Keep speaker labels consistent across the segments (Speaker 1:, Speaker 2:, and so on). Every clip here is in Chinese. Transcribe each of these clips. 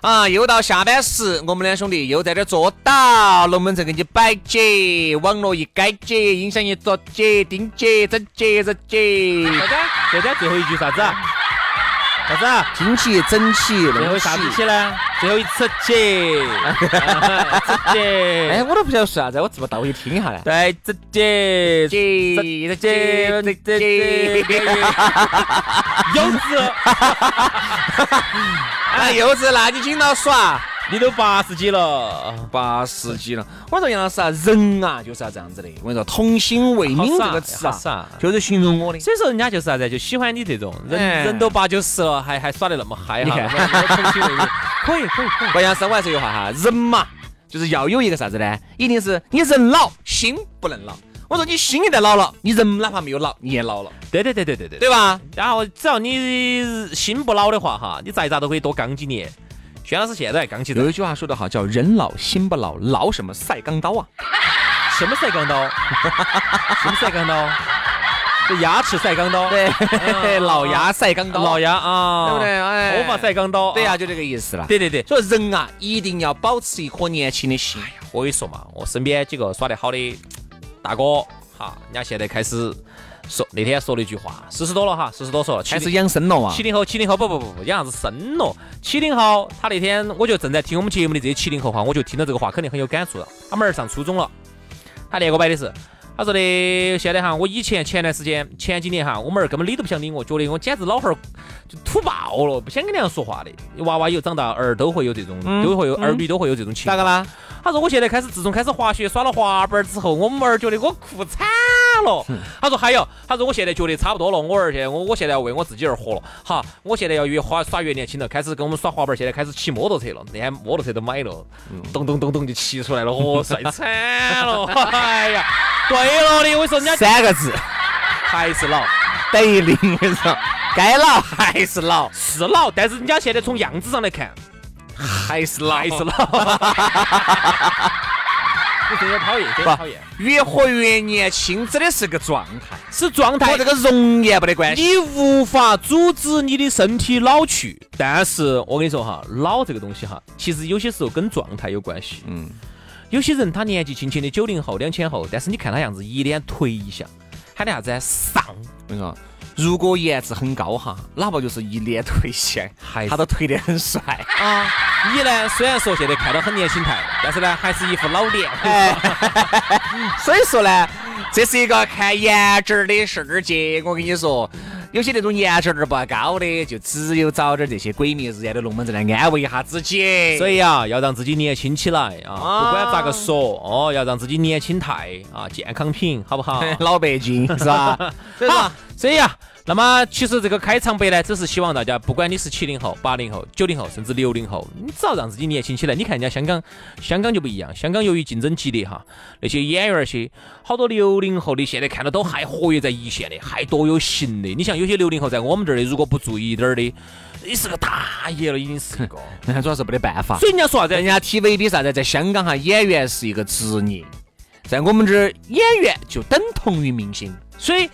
Speaker 1: 啊！又到下班时，我们两兄弟又在这儿坐到龙门阵给你摆起，网络一改起，音响一着起，盯起，整起，整起，
Speaker 2: 大家，大家最后一句啥子啊？啥子啊？
Speaker 1: 听起整起，
Speaker 2: 最后
Speaker 1: 弄
Speaker 2: 啥
Speaker 1: 起。
Speaker 2: 子起呢？最后一次 啊起，自
Speaker 1: 哎，
Speaker 2: 己，
Speaker 1: 我都不晓得说啥子，我这么到去听一下呢。
Speaker 2: 对，自己，
Speaker 1: 起，
Speaker 2: 自
Speaker 1: 整
Speaker 2: 己，自
Speaker 1: 起，
Speaker 2: 己，
Speaker 1: 整 起。
Speaker 2: 柚 子，
Speaker 1: 啊，柚子，那你听到耍？
Speaker 2: 你都八十几了，
Speaker 1: 八十几了，我说杨老师啊，人啊就是要这样子的。我跟你说，童心未泯这个词
Speaker 2: 好
Speaker 1: 啊，
Speaker 2: 傻。
Speaker 1: 就是形容我的。
Speaker 2: 所以说人家就是啥子，就喜欢你这种人，
Speaker 1: 哎
Speaker 2: 人都八九十了，还还耍得那么嗨
Speaker 1: 你
Speaker 2: 哈
Speaker 1: 看，
Speaker 2: 重新为你可以可以可以，
Speaker 1: 关键是我还是有话哈，人嘛，就是要有一个啥子呢？一定是你人老心不能老。我说你心一旦老了，你人哪怕没有老，你也老了，
Speaker 2: 对对对对对对
Speaker 1: 对吧？
Speaker 2: 然后只要你心不老的话，哈，你再咋都可以多刚几年。轩老师现在还刚起
Speaker 1: 有
Speaker 2: 的，
Speaker 1: 一句话说得好，叫“人老心不老，老什么赛钢刀啊
Speaker 2: 什么晒钢刀？ 什么晒钢 刀？这牙齿晒钢”？刀，
Speaker 1: 对哎老牙赛钢刀，
Speaker 2: 老，牙啊，
Speaker 1: 对不对？？哎，
Speaker 2: 头发晒钢刀，
Speaker 1: 对呀、
Speaker 2: 啊
Speaker 1: 就这个意思了。
Speaker 2: 对对对。
Speaker 1: 所以人啊，一定要保持一颗年轻的心。
Speaker 2: 我跟你说嘛，我身边几个耍得好的大哥，哈，人家现在开始说那天说了一句话，四十多了哈，四十多岁了，
Speaker 1: 开始
Speaker 2: 70
Speaker 1: 养生了啊嘛
Speaker 2: 七？零后，七零后，不不不不，养啥子生了？七零后，他那天我就正在听我们节目的这些七零后哈，我就听到这个话，肯定很有感触了。他们儿上初中了，他那个摆的是，他说的现在哈，我以前前段时间前几年哈，我们儿根本理都不想理我，觉得我简直老汉儿就土爆了，不想跟那样说话的。娃娃以后长大，儿都会有这种，
Speaker 1: 嗯
Speaker 2: 都会有
Speaker 1: 嗯
Speaker 2: 儿女都会有这种情
Speaker 1: 咋
Speaker 2: 况
Speaker 1: 个。啦？
Speaker 2: 他说我现在开始，自从开始滑雪耍了滑板儿之后，我们儿觉得我酷惨了。
Speaker 1: 嗯
Speaker 2: 他说还有，他说我现在觉得差不多了，我儿现在我我现在要为我自己而活了。哈，我现在要越滑耍越年轻了，开始跟我们耍滑板儿，现在开始骑摩托车了，那天摩托车都买了，
Speaker 1: 嗯
Speaker 2: 咚咚咚咚就骑出来了，哦，帅惨了！ 哎呀，对了的，我跟你说人家
Speaker 1: 三个 字，
Speaker 2: 还是老。
Speaker 1: 等于零。我跟你说，该老还是老，
Speaker 2: 是老，但是人家现在从样子上来看，
Speaker 1: 还是老，
Speaker 2: 还是老。我真的讨厌，真的讨厌，
Speaker 1: 越活越年轻，真的是个状态，
Speaker 2: 是状态
Speaker 1: 和这个容颜没得关系。
Speaker 2: 你无法阻止你的身体老去，但是我跟你说哈，老这个东西哈，其实有些时候跟状态有关系。
Speaker 1: 嗯，
Speaker 2: 有些人他年纪轻轻的九零后、两千后，但是你看他样子一脸颓一下，喊的啥子啊丧，
Speaker 1: 我跟你说，如果颜值很高哈，哪怕就是一脸推线，
Speaker 2: 还是
Speaker 1: 他都推得很帅。
Speaker 2: 啊！你呢，虽然说现在看到很年轻态，但是呢，还是一副老 脸。
Speaker 1: 所以说呢，这是一个看颜值的世界。我跟你说，有些那种颜值儿不高的，就只有找点这些鬼迷日眼的龙门阵来安慰一下自己。
Speaker 2: 所以啊，要让自己年轻起来啊！不管咋个说哦，要让自己年轻态啊，健康品，好不 好？
Speaker 1: 哎老北京是吧？所以说
Speaker 2: 好，所以啊，那么其实这个开场白呢，只是希望大家，不管你是七零后、八零后、九零后，甚至六零后，你只要让自己年轻起来。你看人家香港，香港就不一样，香港由于竞争激烈哈，那些演员儿些，好多六零后的现在看到都还活跃在一线的，还多有型的。你像有些六零后在我们这儿的，如果不注意一点儿的，也是个大爷了，已经是一个。
Speaker 1: 那主要是没得办法。
Speaker 2: 所以人家说啥子？
Speaker 1: 人家 TVB 啥子，在香港哈，演员是一个职业，在我们这儿，演员就等同于明星。
Speaker 2: 所以，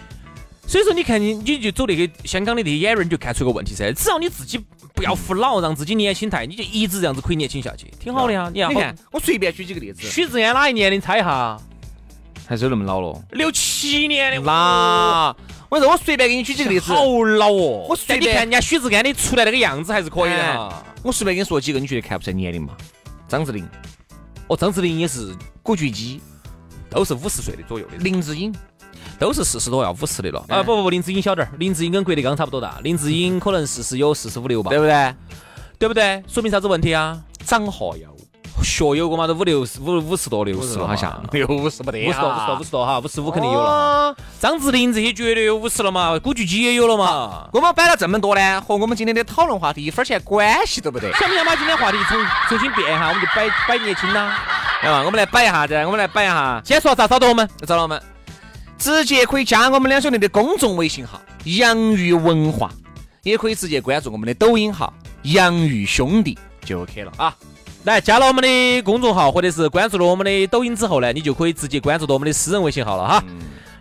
Speaker 2: 所以说你看你你就走那个香港的那些演员，你就看出一个问题噻。只要你自己不要服老，让自己年轻态，你就一直这样子可以年轻下去，挺好的呀。你看，
Speaker 1: 你看，，我随便举几个例子，
Speaker 2: 许志安哪一年的？你猜一下，
Speaker 1: 还是有那么老了？
Speaker 2: 六七年的，
Speaker 1: 那我说我随便给你举几个例子，
Speaker 2: 好老哦。
Speaker 1: 我随
Speaker 2: 但
Speaker 1: 便
Speaker 2: 你看人家许志安的出来那个样子还是可以的哈。
Speaker 1: 我随便给你说几个，你觉得看不出来年龄嘛？张智霖、
Speaker 2: 哦，张智霖也是
Speaker 1: 古巨基、
Speaker 2: 都是五十岁的左右的。
Speaker 1: 林志颖、
Speaker 2: 都是四十多要五十的了。啊
Speaker 1: 嗯
Speaker 2: 不不不，林志颖小点儿，林志颖跟郭德纲差不多大，林志颖可能四十有四十五六吧
Speaker 1: 对，不对？
Speaker 2: 对不对？说明啥子问题啊？
Speaker 1: 长何有？
Speaker 2: 学有个嘛，都五六十五五十多六十了啊好 像。
Speaker 1: 有五十没得啊
Speaker 2: 五十多，五十多，五
Speaker 1: 十
Speaker 2: 十多哈，五十五肯定有了。张智霖这些绝对有五十了嘛，古巨基也有了嘛。
Speaker 1: 我们摆了这么多呢，和我们今天的讨论话题一分钱关系都不得。
Speaker 2: 想不想把今天话题重重新变一下？我们就摆摆年轻啦。
Speaker 1: 来嘛，我们来摆一下子，我们来摆一下。
Speaker 2: 先说咋找到我们？
Speaker 1: 找到我们，直接可以加我们两兄弟的公众微信号“洋芋文化”，也可以直接关注我们的抖音号“洋芋兄弟”就 OK 了啊。
Speaker 2: 来加了我们的公众号，或者是关注了我们的抖音之后呢，你就可以直接关注到我们的私人微信号了哈。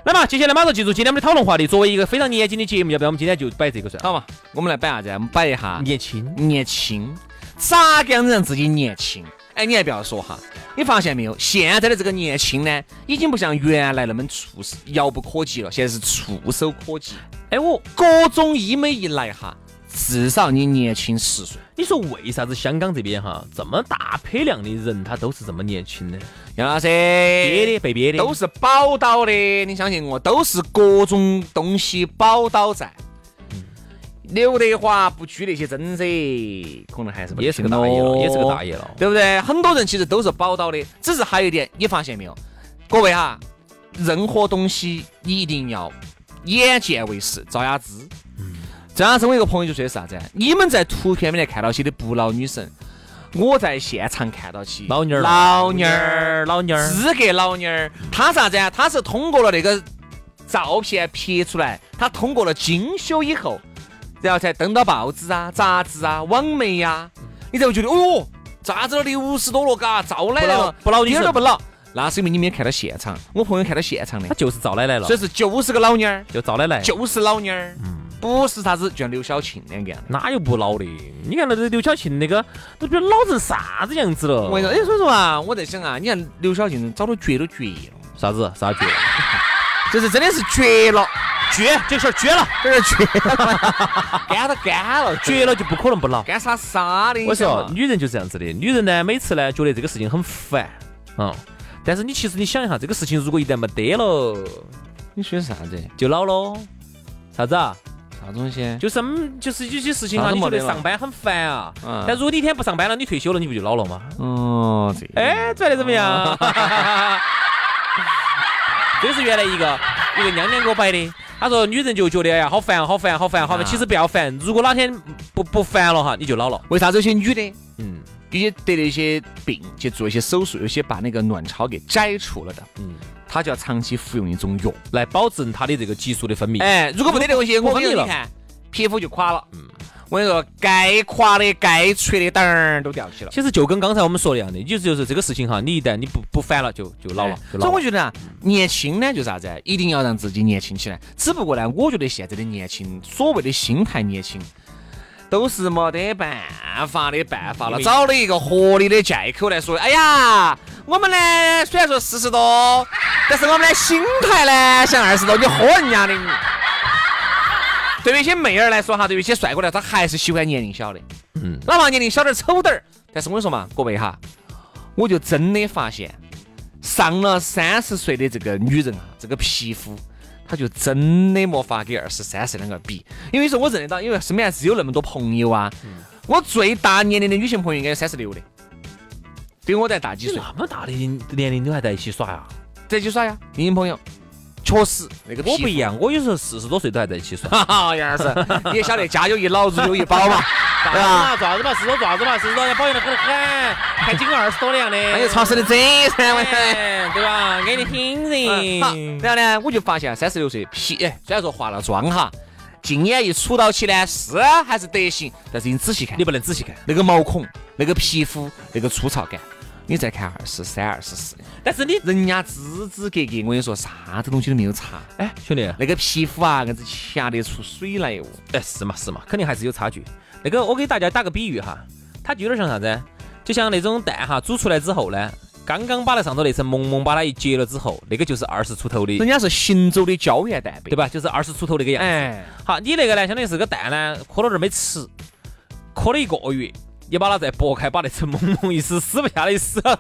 Speaker 2: 那么接下来马上进入今天我们的讨论话题。作为一个非常年轻的节目，要不然我们今天就摆这个算了。
Speaker 1: 好嘛，我们来摆啥子？我们摆一下
Speaker 2: 年轻，
Speaker 1: 年轻，咋个样子让自己年轻？哎，你还不要说哈，你发现没有？现在的这个年轻呢，已经不像原来那么触手遥不可及了，现在是触手可及。
Speaker 2: 哎我，
Speaker 1: 各种医美一来哈，至少你年轻十岁。
Speaker 2: 你说为啥子香港这边哈这么大批量的人他都是这么年轻的？
Speaker 1: 杨老师，
Speaker 2: 憋的被憋的，
Speaker 1: 哎都是宝岛的，你相信我，都是各种东西宝岛在。
Speaker 2: 嗯
Speaker 1: 刘德华不拘那些真噻，可能还是不
Speaker 2: 也是个大爷了，也是个大
Speaker 1: 爷，
Speaker 2: 爷了。
Speaker 1: 对不对？很多人其实都是宝岛的，只是还有一点，你发现没有？各位哈，任何东西你一定要眼见为实，照下知。
Speaker 2: 嗯
Speaker 1: 这样子，我有个朋友就说的是啥子？你们在图片里面看到起的不老女神，我在现场看到起
Speaker 2: 老妞儿，
Speaker 1: 老妞儿，
Speaker 2: 老妞儿，
Speaker 1: 资格老妞儿，她啥子啊？她是通过了那个照片拍出来，她通过了精修以后，然后才登到报纸啊、杂志啊、网媒呀、你才会觉得，哦哟，咋子了？你五十多了嘎，照来了，
Speaker 2: 不老不老女
Speaker 1: 一点
Speaker 2: 神
Speaker 1: 儿都不老。那是因为你没有看到现场，我朋友看到现场的
Speaker 2: 他，就是赵奶奶了
Speaker 1: 所，以是就是个老妞儿，
Speaker 2: 就赵奶奶，
Speaker 1: 就是老妞儿，不是啥子就像刘晓庆那个样的。
Speaker 2: 哪有不老的？你看那个刘晓庆那个都比老成啥子样子了？
Speaker 1: 我跟你说，哎，所以说啊，我在想啊，你看刘晓庆早都绝都绝了，
Speaker 2: 啥子啥绝？
Speaker 1: 就是真的是绝了，
Speaker 2: 绝这事儿绝了，
Speaker 1: 在这 绝了，干都干了，
Speaker 2: 绝了就不可能不老。
Speaker 1: 干啥啥的。
Speaker 2: 我
Speaker 1: 晓得
Speaker 2: 说
Speaker 1: 吗
Speaker 2: 女人就是这样子的，女人呢每次呢觉得这个事情很烦，嗯，但是你其实你想一下，这个事情如果一旦没得了，
Speaker 1: 你说的啥子？
Speaker 2: 就老喽。啥子啊？
Speaker 1: 啥东西？
Speaker 2: 就是嗯就是有些事情啊，
Speaker 1: 啥都
Speaker 2: 你觉
Speaker 1: 没
Speaker 2: 得
Speaker 1: 得了
Speaker 2: 上班很烦啊，
Speaker 1: 嗯
Speaker 2: 但如果你一天不上班了，你退休了，你不就老了吗？
Speaker 1: 哦，这
Speaker 2: 哎，拽的怎么样？ 这是原来一个一个娘娘给我摆的。她说，女人就觉得哎呀，好烦，好烦，好烦，好烦。
Speaker 1: 啊
Speaker 2: 其实不要烦，如果哪天不不烦了哈，你就老了。
Speaker 1: 为啥子有些女的，
Speaker 2: 嗯
Speaker 1: 有些得了一些病，去做一些手术，有些把那个卵巢给摘除了的，
Speaker 2: 嗯，
Speaker 1: 她就要长期服用一种药。
Speaker 2: 来保证她的这个激素的分泌。
Speaker 1: 哎，如果没得那东西，我跟你
Speaker 2: 不
Speaker 1: 说，
Speaker 2: 分
Speaker 1: 你
Speaker 2: 泌
Speaker 1: 看皮肤就垮了。嗯，我跟你说，该垮的、该垂的，当儿都掉起了。
Speaker 2: 其实就跟刚才我们说的一样的，意思就是这个事情哈，你一旦你不不烦了，就就老了
Speaker 1: 哎，
Speaker 2: 就
Speaker 1: 所以
Speaker 2: 老
Speaker 1: 我
Speaker 2: 了。
Speaker 1: 觉得啊，年轻呢就是啥子，啊一定要让自己年轻起来。只不过呢，我觉得现在的年轻，所谓的心态年轻，都是没得办法的办法了，
Speaker 2: 嗯
Speaker 1: 找了一个合理的借口来说，哎呀，我们呢虽然说四十多， 但是我们的心态呢像二十多，你喝人家的。你对于一些妹儿来说哈，对于一些帅哥来说，他还是喜欢年龄小的。
Speaker 2: 嗯，
Speaker 1: 哪怕年龄小点儿、丑点儿，但是我跟你说嘛，各位哈，我就真的发现，上了三十岁的这个女人啊，这个皮肤，她就真的没法跟二十三岁两个比。因为说我认得到，因为身边还是有那么多朋友啊。
Speaker 2: 嗯
Speaker 1: 我最大年龄的女性朋友应该有三十六的，比我再大几
Speaker 2: 你
Speaker 1: 岁，
Speaker 2: 那么大的年龄都还在一起耍啊呀？
Speaker 1: 在几岁呀？女性朋友，确实那个皮
Speaker 2: 我
Speaker 1: 肤
Speaker 2: 不一样，我有时候四十多岁都还在一起耍。
Speaker 1: 哈哈，杨老师，你也晓得家有一老，如有一 宝嘛，对吧？？
Speaker 2: 爪子嘛，四十多爪子嘛，四十多，保养的很很，还几个二十多的样的。
Speaker 1: 还有哎长生的这噻，我天。
Speaker 2: 哎对吧？安得很
Speaker 1: 嗯好
Speaker 2: 人，
Speaker 1: 然后呢，我就发现三十六岁皮，哎，虽然说化了妆哈，近眼一杵到起呢，是还是得行，但是你仔细看
Speaker 2: 你，不能仔细看，
Speaker 1: 那个毛孔、那个皮肤、那个粗糙感，你再看二十三、二十四，
Speaker 2: 但是你
Speaker 1: 人家支支格格，我跟你说，啥子东西都没有差，
Speaker 2: 哎，兄弟，
Speaker 1: 那个皮肤啊，硬是掐得出水来哦哟。
Speaker 2: 哎，是嘛是嘛，肯定还是有差距。那个，我给大家打个比喻哈，它就有点像啥子？就像那种蛋哈，煮出来之后呢，刚刚把那上头那层蒙蒙把它一揭了之后，那个就是二十出头的，
Speaker 1: 人家是行走的胶原蛋白，
Speaker 2: 对？吧？就是二十出头那个样子。
Speaker 1: 哎，
Speaker 2: 好，你那个呢，相当于是个蛋呢，壳到这儿没吃，壳了一个月，你把它再剥开，把那层蒙蒙一撕，撕不下来，撕了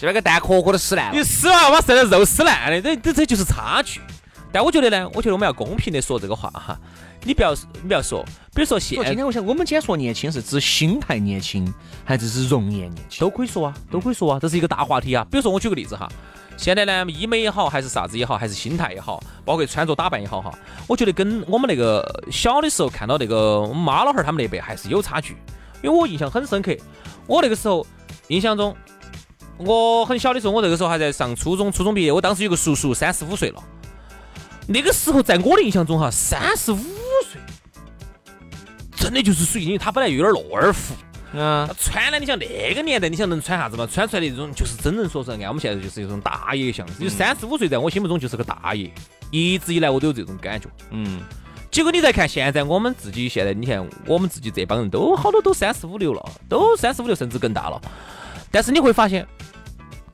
Speaker 1: 就那个蛋壳壳都撕烂了
Speaker 2: 你。撕完把剩的肉撕烂的，这这这就是差距。但我觉得呢，我觉得我们要公平的说这个话哈，你不要你不要说，比如说现
Speaker 1: 说今天我想，我们今天说年轻是指心态年轻，还是指容颜年轻？
Speaker 2: 都可以说啊，都可以说啊，这是一个大话题啊。比如说我举个例子哈，现在呢，医美也好，还是啥子也好，还是心态也好，包括穿着打扮也好哈，我觉得跟我们那个小的时候看到那个我妈老汉儿他们那辈还是有差距。因为我印象很深刻，我那个时候印象中，我很小的时候，我那个时候还在上初中，初中毕业，我当时有个叔叔三十五岁了。那个时候，在我的印象中哈，三十五岁，真的就是属于，因为他本来又有点儿儿胡，
Speaker 1: 嗯，
Speaker 2: 啊穿呢，你想那个年代，你想能穿啥子嘛？穿出来的一种就是真正说是按我们现在就是一种大爷相，
Speaker 1: 嗯
Speaker 2: 就三十五岁在我心目中就是个大爷，一直以来我都有这种感觉。
Speaker 1: 嗯，
Speaker 2: 结果你再看现在我们自己，现在你看我们自己这帮人都好多都三十五六了，都三十五六甚至更大了，但是你会发现。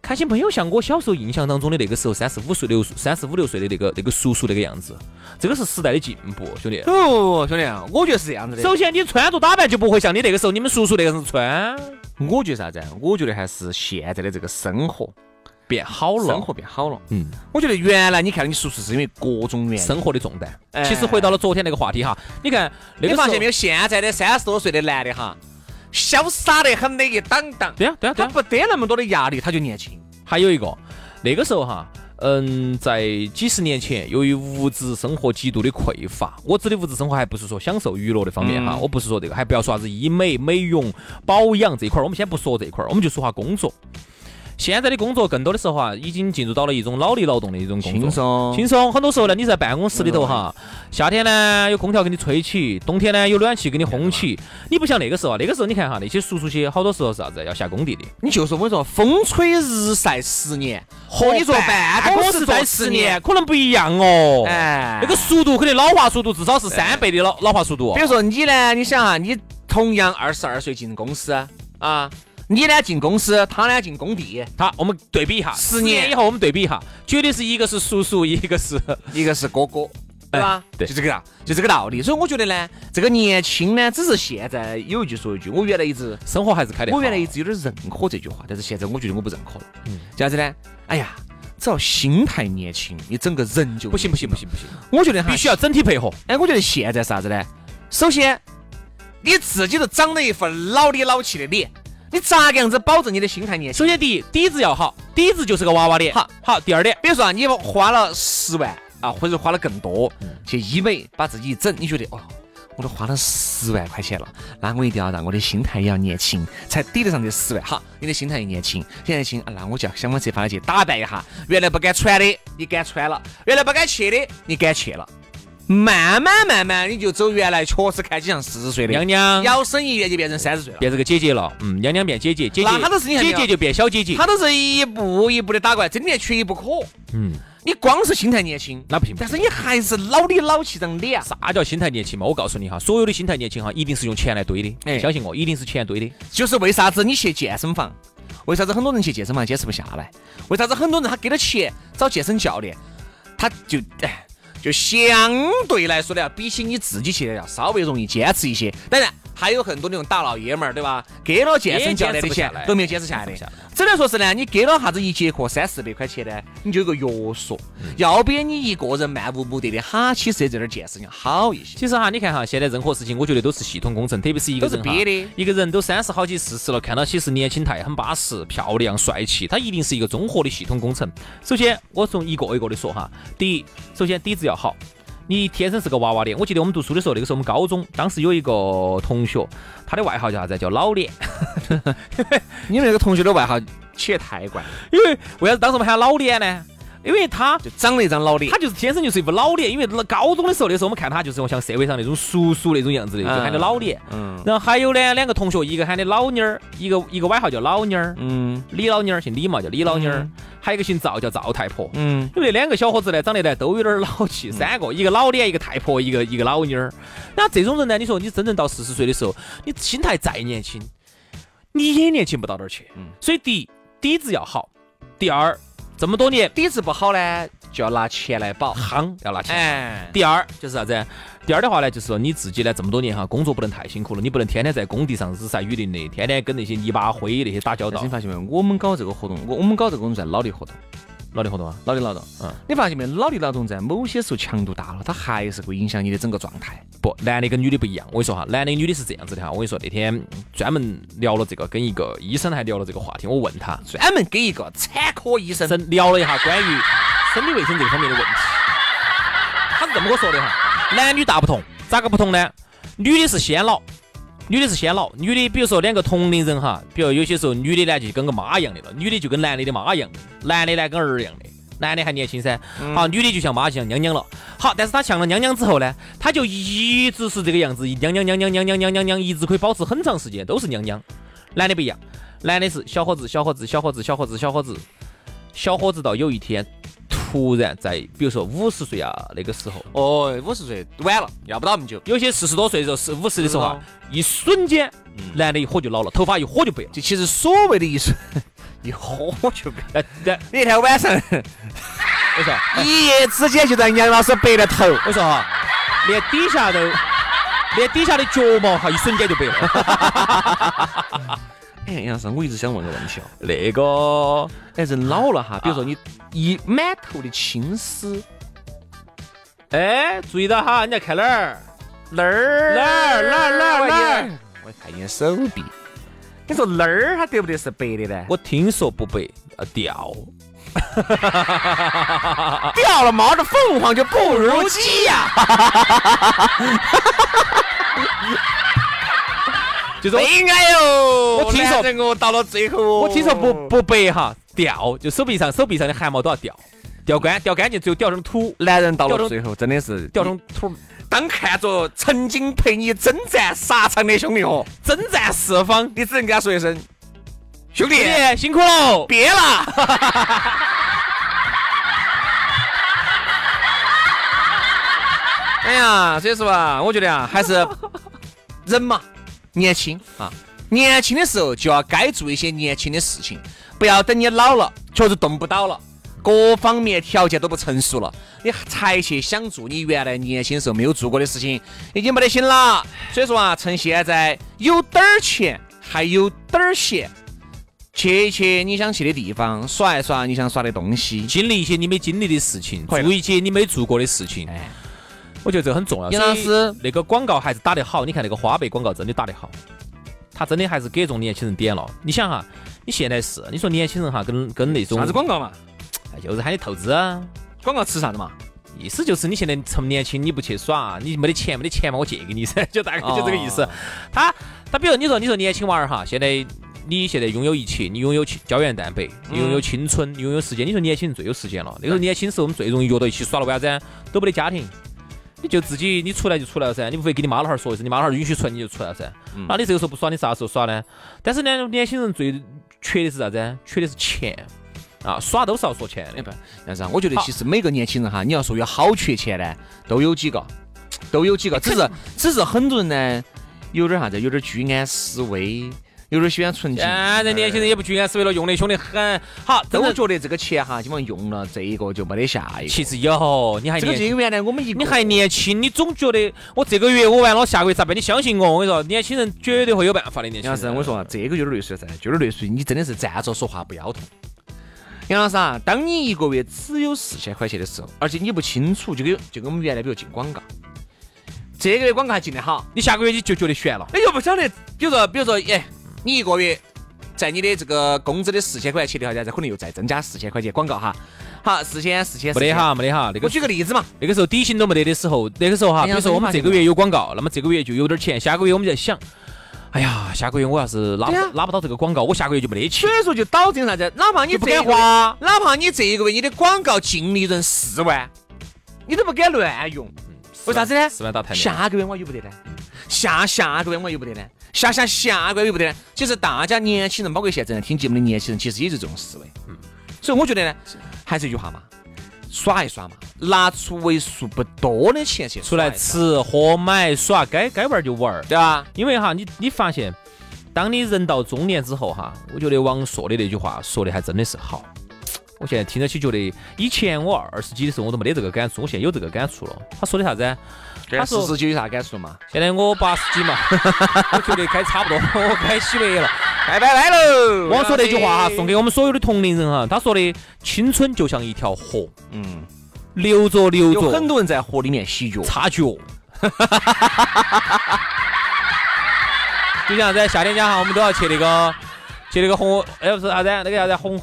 Speaker 2: 开心没有像我小时候印象当中的那个时候三十五岁六三十五六岁的那个那个叔叔那个样子，这个是时代的进步，兄弟。
Speaker 1: 哦，兄弟啊，我觉得是这样子的。
Speaker 2: 首先，你穿着打扮就不会像你那个时候你们叔叔那个样子穿
Speaker 1: 我觉得啥子啊？我觉得还是现在的这个生活
Speaker 2: 变好了，
Speaker 1: 生活变好了。
Speaker 2: 嗯，
Speaker 1: 我觉得原来你看到你叔叔是因为各种原因，
Speaker 2: 生活的重担。
Speaker 1: 哎
Speaker 2: 其实回到了昨天那个话题哈，你看那
Speaker 1: 你
Speaker 2: 个
Speaker 1: 发现没
Speaker 2: 有？
Speaker 1: 有？现在的三十多岁的男的哈，潇洒得很的一档档，
Speaker 2: 对呀、啊对呀、对
Speaker 1: 他
Speaker 2: 呀、
Speaker 1: 不得那么多的压力，他就年轻。
Speaker 2: 还有一个，那个时候哈，嗯，在几十年前，由于物质生活极度的匮乏，我指的物质生活还不是说享受娱乐的方面哈，
Speaker 1: 嗯
Speaker 2: 我不是说这个，还不要说啥子医美、美容、保养这一块儿，我们先不说这一块儿，我们就说下工作。现在的工作更多的时候哈，已经进入到了一种脑力劳动的一种工作，
Speaker 1: 轻松
Speaker 2: 轻松。很多时候呢，你在办公室里头哈，
Speaker 1: 嗯
Speaker 2: 夏天呢有空调给你吹起，冬天呢有暖气给你烘起。你不像那个时候啊，那个时候你看哈，那些叔叔些好多时候是啥子，要下工地的。
Speaker 1: 你就是我跟你说，风吹日晒十年，和你坐哦办公室坐
Speaker 2: 在
Speaker 1: 十
Speaker 2: 十
Speaker 1: 年
Speaker 2: 年，，可能不一样哦。
Speaker 1: 哎
Speaker 2: 那个速度肯定老化速度至少是三倍的老老化速度哦
Speaker 1: 比。如说你呢，你想啊，你同样二十二岁进公司啊，你呢进公司，他呢进工地，
Speaker 2: 他，我们对比一下，
Speaker 1: 十
Speaker 2: 十
Speaker 1: 年
Speaker 2: 年以后我们对比一下，绝对是一个是叔叔，一个是
Speaker 1: 一个是哥哥，对吧？
Speaker 2: 哎对
Speaker 1: 就这个道，就这个道理。所以我觉得呢，这个年轻呢，只是现在有一句说一句，我原来一直，
Speaker 2: 生活还是开得好。
Speaker 1: 我原来一直有点认可这句话，但是现在我觉得我不认可了。
Speaker 2: 嗯
Speaker 1: 啥子呢？哎呀，只要心态年轻，你整个人就
Speaker 2: 不行不行不
Speaker 1: 年
Speaker 2: 行不行，
Speaker 1: 轻了。我觉得哈
Speaker 2: 必须要整体配合。
Speaker 1: 哎，我觉得现在是啥子呢？首先，你自己都长了一副老里老气的脸，你咋个样子保证你的心态年轻？
Speaker 2: 首先第一，底子要好，底子就是个娃娃脸。
Speaker 1: 好，
Speaker 2: 好。第二点，
Speaker 1: 比如说啊，你花了十万啊，或者花了更多
Speaker 2: 嗯
Speaker 1: 去医美，把自己一整，你觉得哦，我都花了十万块钱了，那我一定要让我的心态也要年轻，才抵得上这十万。好，你的心态一年轻，现在轻啊，那我就要想方设法的去打扮一下。原来不敢穿的，你敢穿了；原来不敢去的，你敢去了。慢慢慢慢，你就走原来确实看起像四十岁的
Speaker 2: 娘娘
Speaker 1: 摇身一变就变成三十岁了。
Speaker 2: 变这个姐姐了，嗯，娘娘变姐姐，姐姐
Speaker 1: 那她都是你看
Speaker 2: 姐姐就变小姐姐
Speaker 1: 他。都是一步一步的打过来，真的缺一不可。
Speaker 2: 嗯，
Speaker 1: 你光是心态年轻，
Speaker 2: 那不行不行
Speaker 1: 但是你还是老里老气张脸。
Speaker 2: 啥叫心态年轻嘛？我告诉你哈，所有的心态年轻哈，一定是用钱来堆的。
Speaker 1: 哎
Speaker 2: 相信我，一定是钱堆的。
Speaker 1: 就是为啥子你去健身房？为啥子很多人去健身房坚持不下来？为啥子很多人他给了钱找健身教练，他就哎就相对来说呢，要比起你自己去的要稍微容易坚持一些。当然，还有很多那种大老爷们儿，对
Speaker 2: 嗯
Speaker 1: 吧？给了健身教练
Speaker 2: 也坚持
Speaker 1: 的
Speaker 2: 不
Speaker 1: 钱
Speaker 2: 下来
Speaker 1: 都没有坚持下来的
Speaker 2: 坚持不下。
Speaker 1: 只能说是呢，你给了啥子一节课三四百块钱呢，你就有个约束，
Speaker 2: 嗯
Speaker 1: 要比你一个人漫无目的的哈起在这儿健身要好一些。
Speaker 2: 其实哈，你看哈，现在任何事情，我觉得都是系统工程，特别是一个人
Speaker 1: 都
Speaker 2: 哈
Speaker 1: 是憋的，
Speaker 2: 一个人都三十好几、四十了，看到起是年轻态，很巴适、漂亮、帅气，它一定是一个综合的系统工程。首先，我从一个一个的说哈，第一，首先底子要好。你天生是个娃娃脸，我记得我们读书的时候，那个时候我们高中，当时有一个同学，他的外号叫啥子？叫老脸。
Speaker 1: 你们那个同学的外号起得太怪了，
Speaker 2: 因为为啥子当时我们喊他老脸呢？因为他
Speaker 1: 就长了一张老脸
Speaker 2: 他。就是天生就是一副老脸，因为高中的时候那时候我们看他就是像社会上那种叔叔那种样子的，就喊他老脸。
Speaker 1: 嗯
Speaker 2: 然后还有呢，两个同学，一个喊的老妮儿，一个一个外号叫老妮儿，
Speaker 1: 嗯
Speaker 2: 李老妮儿，姓李嘛，叫李老妮儿，还有一个姓赵，叫赵太婆。
Speaker 1: 嗯。
Speaker 2: 因为那两个小伙子呢，长得呢都有点老气，三个，一个老脸，一个太婆，一个一个老妮儿。那这种人呢，你说你真正到四十岁的时候，你心态再年轻，你也年轻不到哪儿去。所以第一，底子要好；第二，这么多年
Speaker 1: 底子不好呢，就要拿钱来保。
Speaker 2: 夯要拿钱。
Speaker 1: 哎，
Speaker 2: 第二就是啥子？第二的话呢，就是说你自己呢这么多年哈，工作不能太辛苦了，你不能天天在工地上日晒雨淋的，天天跟那些泥巴灰那些打交
Speaker 1: 但
Speaker 2: 道
Speaker 1: 是你。发现没有？我们搞这个活动，我我们搞这个活动在脑力活动，
Speaker 2: 脑力活动啊，
Speaker 1: 脑力劳动。
Speaker 2: 嗯
Speaker 1: 你发现没有？脑力劳动在某些时候强度大了，它还是会影响你的整个状态。
Speaker 2: 不，男的跟女的不一样。我跟你说哈，男的女的是这样子的哈。我跟你说，那天专门聊了这个，跟一个医生还聊了这个话题。我问他，
Speaker 1: 专门给一个产科医生，
Speaker 2: 生聊了一下关于生理卫生这个方面的问题，他是这么跟我说的哈，男女大不同，咋个不同呢？女的是先老，女的是先老，女的比如说两个同龄人哈，比如有些时候女的呢就跟个妈一样的了，女的就跟男的的妈一样，男的呢跟儿一样的。男的还年轻噻，
Speaker 1: 嗯
Speaker 2: 好，女的就像妈就像娘娘了，好，但是她像了娘娘之后呢，她就一直是这个样子，娘娘娘娘娘娘娘娘娘，一直可以保持很长时间，都是娘娘。男的不一样，男的是小伙子小伙子小伙子小伙子小伙子，小伙子到有一天突然在，比如说五十岁啊那个时候，
Speaker 1: 哦，五十岁晚了，要不到那么久，
Speaker 2: 有些四十多岁的时候，四五十的时候啊，一瞬间，男的一火就老了，头发一火就白了。
Speaker 1: 就其实所谓的一 瞬，一喝就白。
Speaker 2: 哎，对，
Speaker 1: 那天晚上，
Speaker 2: 我说，
Speaker 1: 一夜之间就让杨老师白了头。
Speaker 2: 我说哈，连底下都，连底下的脚毛哈，一瞬间就白了。
Speaker 1: 哎，杨老师，我一直想问个问题哦。
Speaker 2: 那个，
Speaker 1: 哎，人老了哈，比如说你一满头的青丝，
Speaker 2: 哎，注意到哈，你要看哪儿？
Speaker 1: 那儿
Speaker 2: 哪儿哪儿哪儿哪儿？
Speaker 1: 我看你手臂，你说那儿它得不得是白的呢？
Speaker 2: 我听说不白，呃，掉。
Speaker 1: 掉了毛的凤凰就不如鸡呀、
Speaker 2: 就是我
Speaker 1: 悲哀哟！
Speaker 2: 我听说
Speaker 1: 难得我到了最后，
Speaker 2: 我听说不，不白哈，掉，就手臂上手臂上的汗毛都要掉，掉干，掉干净，只有掉成土，
Speaker 1: 男人到
Speaker 2: 掉
Speaker 1: 了
Speaker 2: 成
Speaker 1: 最后真的是
Speaker 2: 掉成土。
Speaker 1: 当看着曾经陪你征战沙场的兄弟伙，
Speaker 2: 征战四方，
Speaker 1: 你只能跟他说一声：“兄弟，
Speaker 2: 爹哎辛苦喽！
Speaker 1: 别了。 哎呀，所以说吧，我觉得啊，还 是人嘛，年轻啊，年轻的时候就要该做一些年轻的事情，不要等你老了，确实动不到了。各方面条件都不成熟了，你才去想做你原来年轻时候没有做过的事情，已经没得心了。所以说啊，趁现在有点儿钱，还有点儿闲，去一去你想去的地方，耍一耍你想耍的东西。
Speaker 2: 经历一些你没经历的事情，做
Speaker 1: 会的哎
Speaker 2: 一些你没做过的事情。我觉得这很重要。
Speaker 1: 杨老
Speaker 2: 所以
Speaker 1: 师
Speaker 2: 那个广告还是打得好，你看那个花呗广告真的打得好，他真的还是给这种年轻人点了。你想哈，你现在是你说年轻人哈，跟跟那种
Speaker 1: 广告嘛？
Speaker 2: 哎就是喊你透支啊，
Speaker 1: 广告吃啥子嘛？
Speaker 2: 意思就是你现在趁年轻你不去耍，你没得钱没得钱嘛，我借给你噻， 就大概就这个意思
Speaker 1: 哦。
Speaker 2: 他他比如你说你说年轻娃儿哈，现在你现在拥有一切，你拥有青胶原蛋白，你拥有青春，你拥有时间。你说年轻人最有时间了，那个时候年轻时候我们最容易约到一起耍了，为啥子啊？都没得家庭。你就自己，你出来就出来了噻，你无非跟你妈老汉儿说一声，你妈老汉儿允许出来你就出来了噻。那你这个时候不耍，你啥时候耍呢？但是呢，年轻人最缺的是啥子啊？缺的是钱啊，耍都是要说钱的
Speaker 1: 哎。不，但是啊，我觉得其实每个年轻人哈，你要说有好缺钱呢，都有几个，都有几
Speaker 2: 哎
Speaker 1: 个，只是只是很多人呢，有点啥子，有点居安思危，有点喜欢存
Speaker 2: 现
Speaker 1: 钱。哎
Speaker 2: 在哎年轻人也不居安思危了，用的凶得很。好，真
Speaker 1: 都
Speaker 2: 的，
Speaker 1: 觉得这个钱哈，基本上用了这一个就没得下一个。
Speaker 2: 其实有，你还
Speaker 1: 这个
Speaker 2: 年
Speaker 1: 就
Speaker 2: 轻，
Speaker 1: 原来我们一
Speaker 2: 你还年轻，你总觉得我这个月我完了，下个月咋办？你相信我，我跟你说，年轻人绝对会有办法的。年轻
Speaker 1: 杨老
Speaker 2: 人，
Speaker 1: 师，我说啊，这个有点类似于啥呢？就有点类似于你真的是站着说话不腰疼。杨老师啊，当你一个月只有四千块钱的时候，而且你不清楚，就跟就跟我们原来比如进广告，这个月广告还进得好，
Speaker 2: 你下个月你就觉得悬了。
Speaker 1: 你又不晓得，比如说比如说，哎，你一个月在你的这个工资的四千块钱的条件下，可能又再增加四千块钱广告哈，好，四千四千，
Speaker 2: 没得。哈，没得哈，那
Speaker 1: 我
Speaker 2: 个
Speaker 1: 举个例子嘛，
Speaker 2: 那个时候底薪都没得的时候，那个时候哈，
Speaker 1: 哎
Speaker 2: 比
Speaker 1: 呀
Speaker 2: 如说我们这个月有广告，那么这个月就有点钱，下个月我们在想，哎呀，下个月我要是拉不
Speaker 1: 对啊
Speaker 2: 拉不到这个广告，我下个月就没得钱
Speaker 1: 所。以说就导致啥子？哪怕你
Speaker 2: 就不敢
Speaker 1: 这个月
Speaker 2: 花，
Speaker 1: 哪怕你这一个月你的广告净利润四万，你都不敢乱用，为啥子呢？
Speaker 2: 四万打太面
Speaker 1: 下个月我又不得呢，下下个月我又不得呢，下下下个月又不得呢。其实大家年轻人，包括现在正在听节目的年轻人，其实也是这种思维。嗯，所以我觉得呢，还是一句话嘛，耍一耍嘛，拿出为数不多的钱去
Speaker 2: 出来
Speaker 1: 耍一耍，
Speaker 2: 吃喝买耍，该该玩儿就玩儿。
Speaker 1: 对吧？
Speaker 2: 因为哈，你你发现，当你人到中年之后哈，我觉得王朔的那句话说的还真的是好。我现在听到起觉得，以前我二十几的时候我都没得这个感触，我现在有这个感触了。他说的啥子？他
Speaker 1: 实
Speaker 2: 说
Speaker 1: 十九有啥感触嘛？
Speaker 2: 现在我八十几嘛，我觉得该差不多，我该洗白了。
Speaker 1: 拜拜拜喽！
Speaker 2: 我说那句话哈，送给我们所有的同龄人哈，他说的青春就像一条河，
Speaker 1: 嗯，
Speaker 2: 流着流
Speaker 1: 有很
Speaker 2: 着
Speaker 1: 多人在河里面洗脚，
Speaker 2: 擦脚。就像在夏天家哈，我们都要去那个去那个红，哎不是啥子，那个啥子红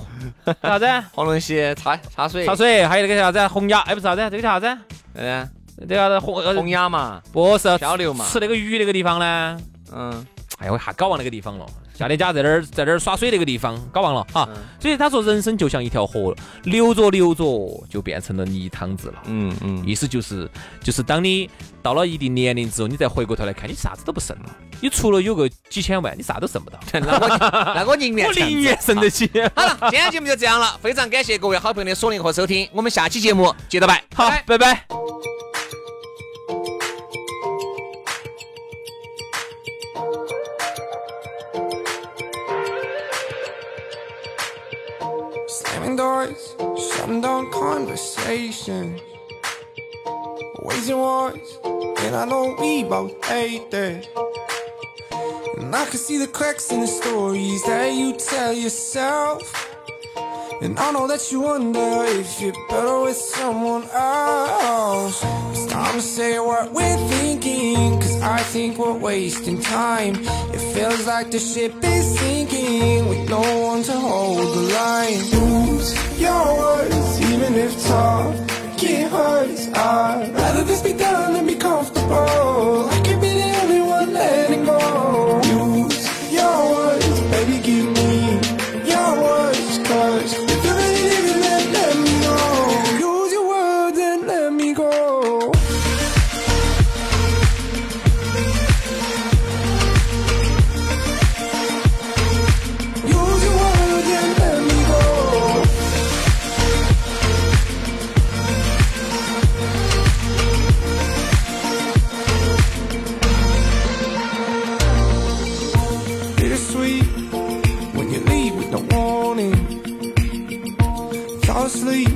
Speaker 2: 啥子
Speaker 1: 黄龙溪擦擦水，
Speaker 2: 茶，水，还有那个啥子红鸭，哎不是啥子，这个叫啥子？
Speaker 1: 嗯，
Speaker 2: 这个啥子红呃
Speaker 1: 洪崖嘛，
Speaker 2: 不是
Speaker 1: 漂流嘛
Speaker 2: 吃那个鱼那个地方呢？
Speaker 1: 嗯，
Speaker 2: 哎，我一下搞忘那个地方了。夏天家在那儿在那儿耍水那个地方搞忘了哈
Speaker 1: 嗯。
Speaker 2: 所以他说人生就像一条河，流着流着就变成了泥汤子了。
Speaker 1: 嗯嗯，
Speaker 2: 意思就是，就是当你到了一定年龄之后，你再回过头来看，你啥子都不剩了。你除了有个几千万，你啥都剩 不到。
Speaker 1: 那我 那我宁愿
Speaker 2: 我
Speaker 1: 这样子
Speaker 2: 宁愿剩得起。
Speaker 1: 好了，今天节目就这样了，非常感谢各位好朋友的锁定和收听，我们下期节目接着拜，
Speaker 2: 好
Speaker 1: 拜拜，
Speaker 2: 拜拜。
Speaker 3: Slamming doors, shutting down conversations. Waging wars, and I know we both hate that. And I can see the cracks in the stories that you tell yourself. And I know that you wonder if you're better with someone else. It's time to say what we're thinking, cause I think we're wasting time. It feels like the ship is sinking with no one to hold the line. Lose your words, even if talking hurts. I'd rather this be done than be comfortable. I can be the only one letting go. Use your words, baby, give me your words, cause if you really need it, then let me know. Use your words and let me go. Use your words and let me go. Bittersweet when you leave with no warning. Fall asleep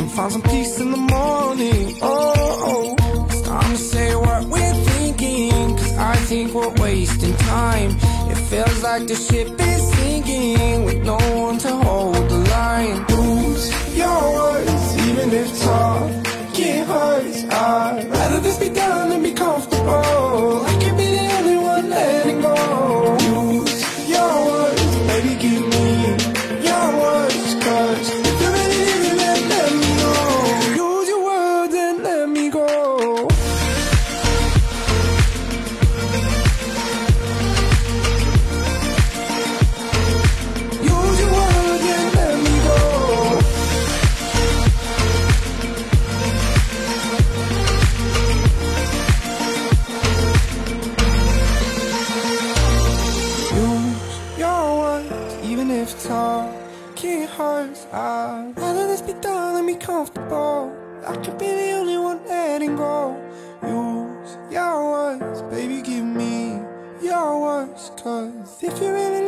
Speaker 3: and find some peace in the morning. Oh, oh. it's time to say what we're thinking. Cause I think we're wasting time. It feels like the ship is sinking with no one to hold the line. Lose your words, even if talking hurts. I'd rather this be done than be comfortable. I can be the only one letting go. Use your words, baby, give me your words. Cause if you really need it, then let me know. Use your words and let me go. Use your words and let me go. Use your words, even if talking hurts. I'd rather this be done than be comfortable. I could be the only one letting go. Use your words, baby, give me your words. Cause if you really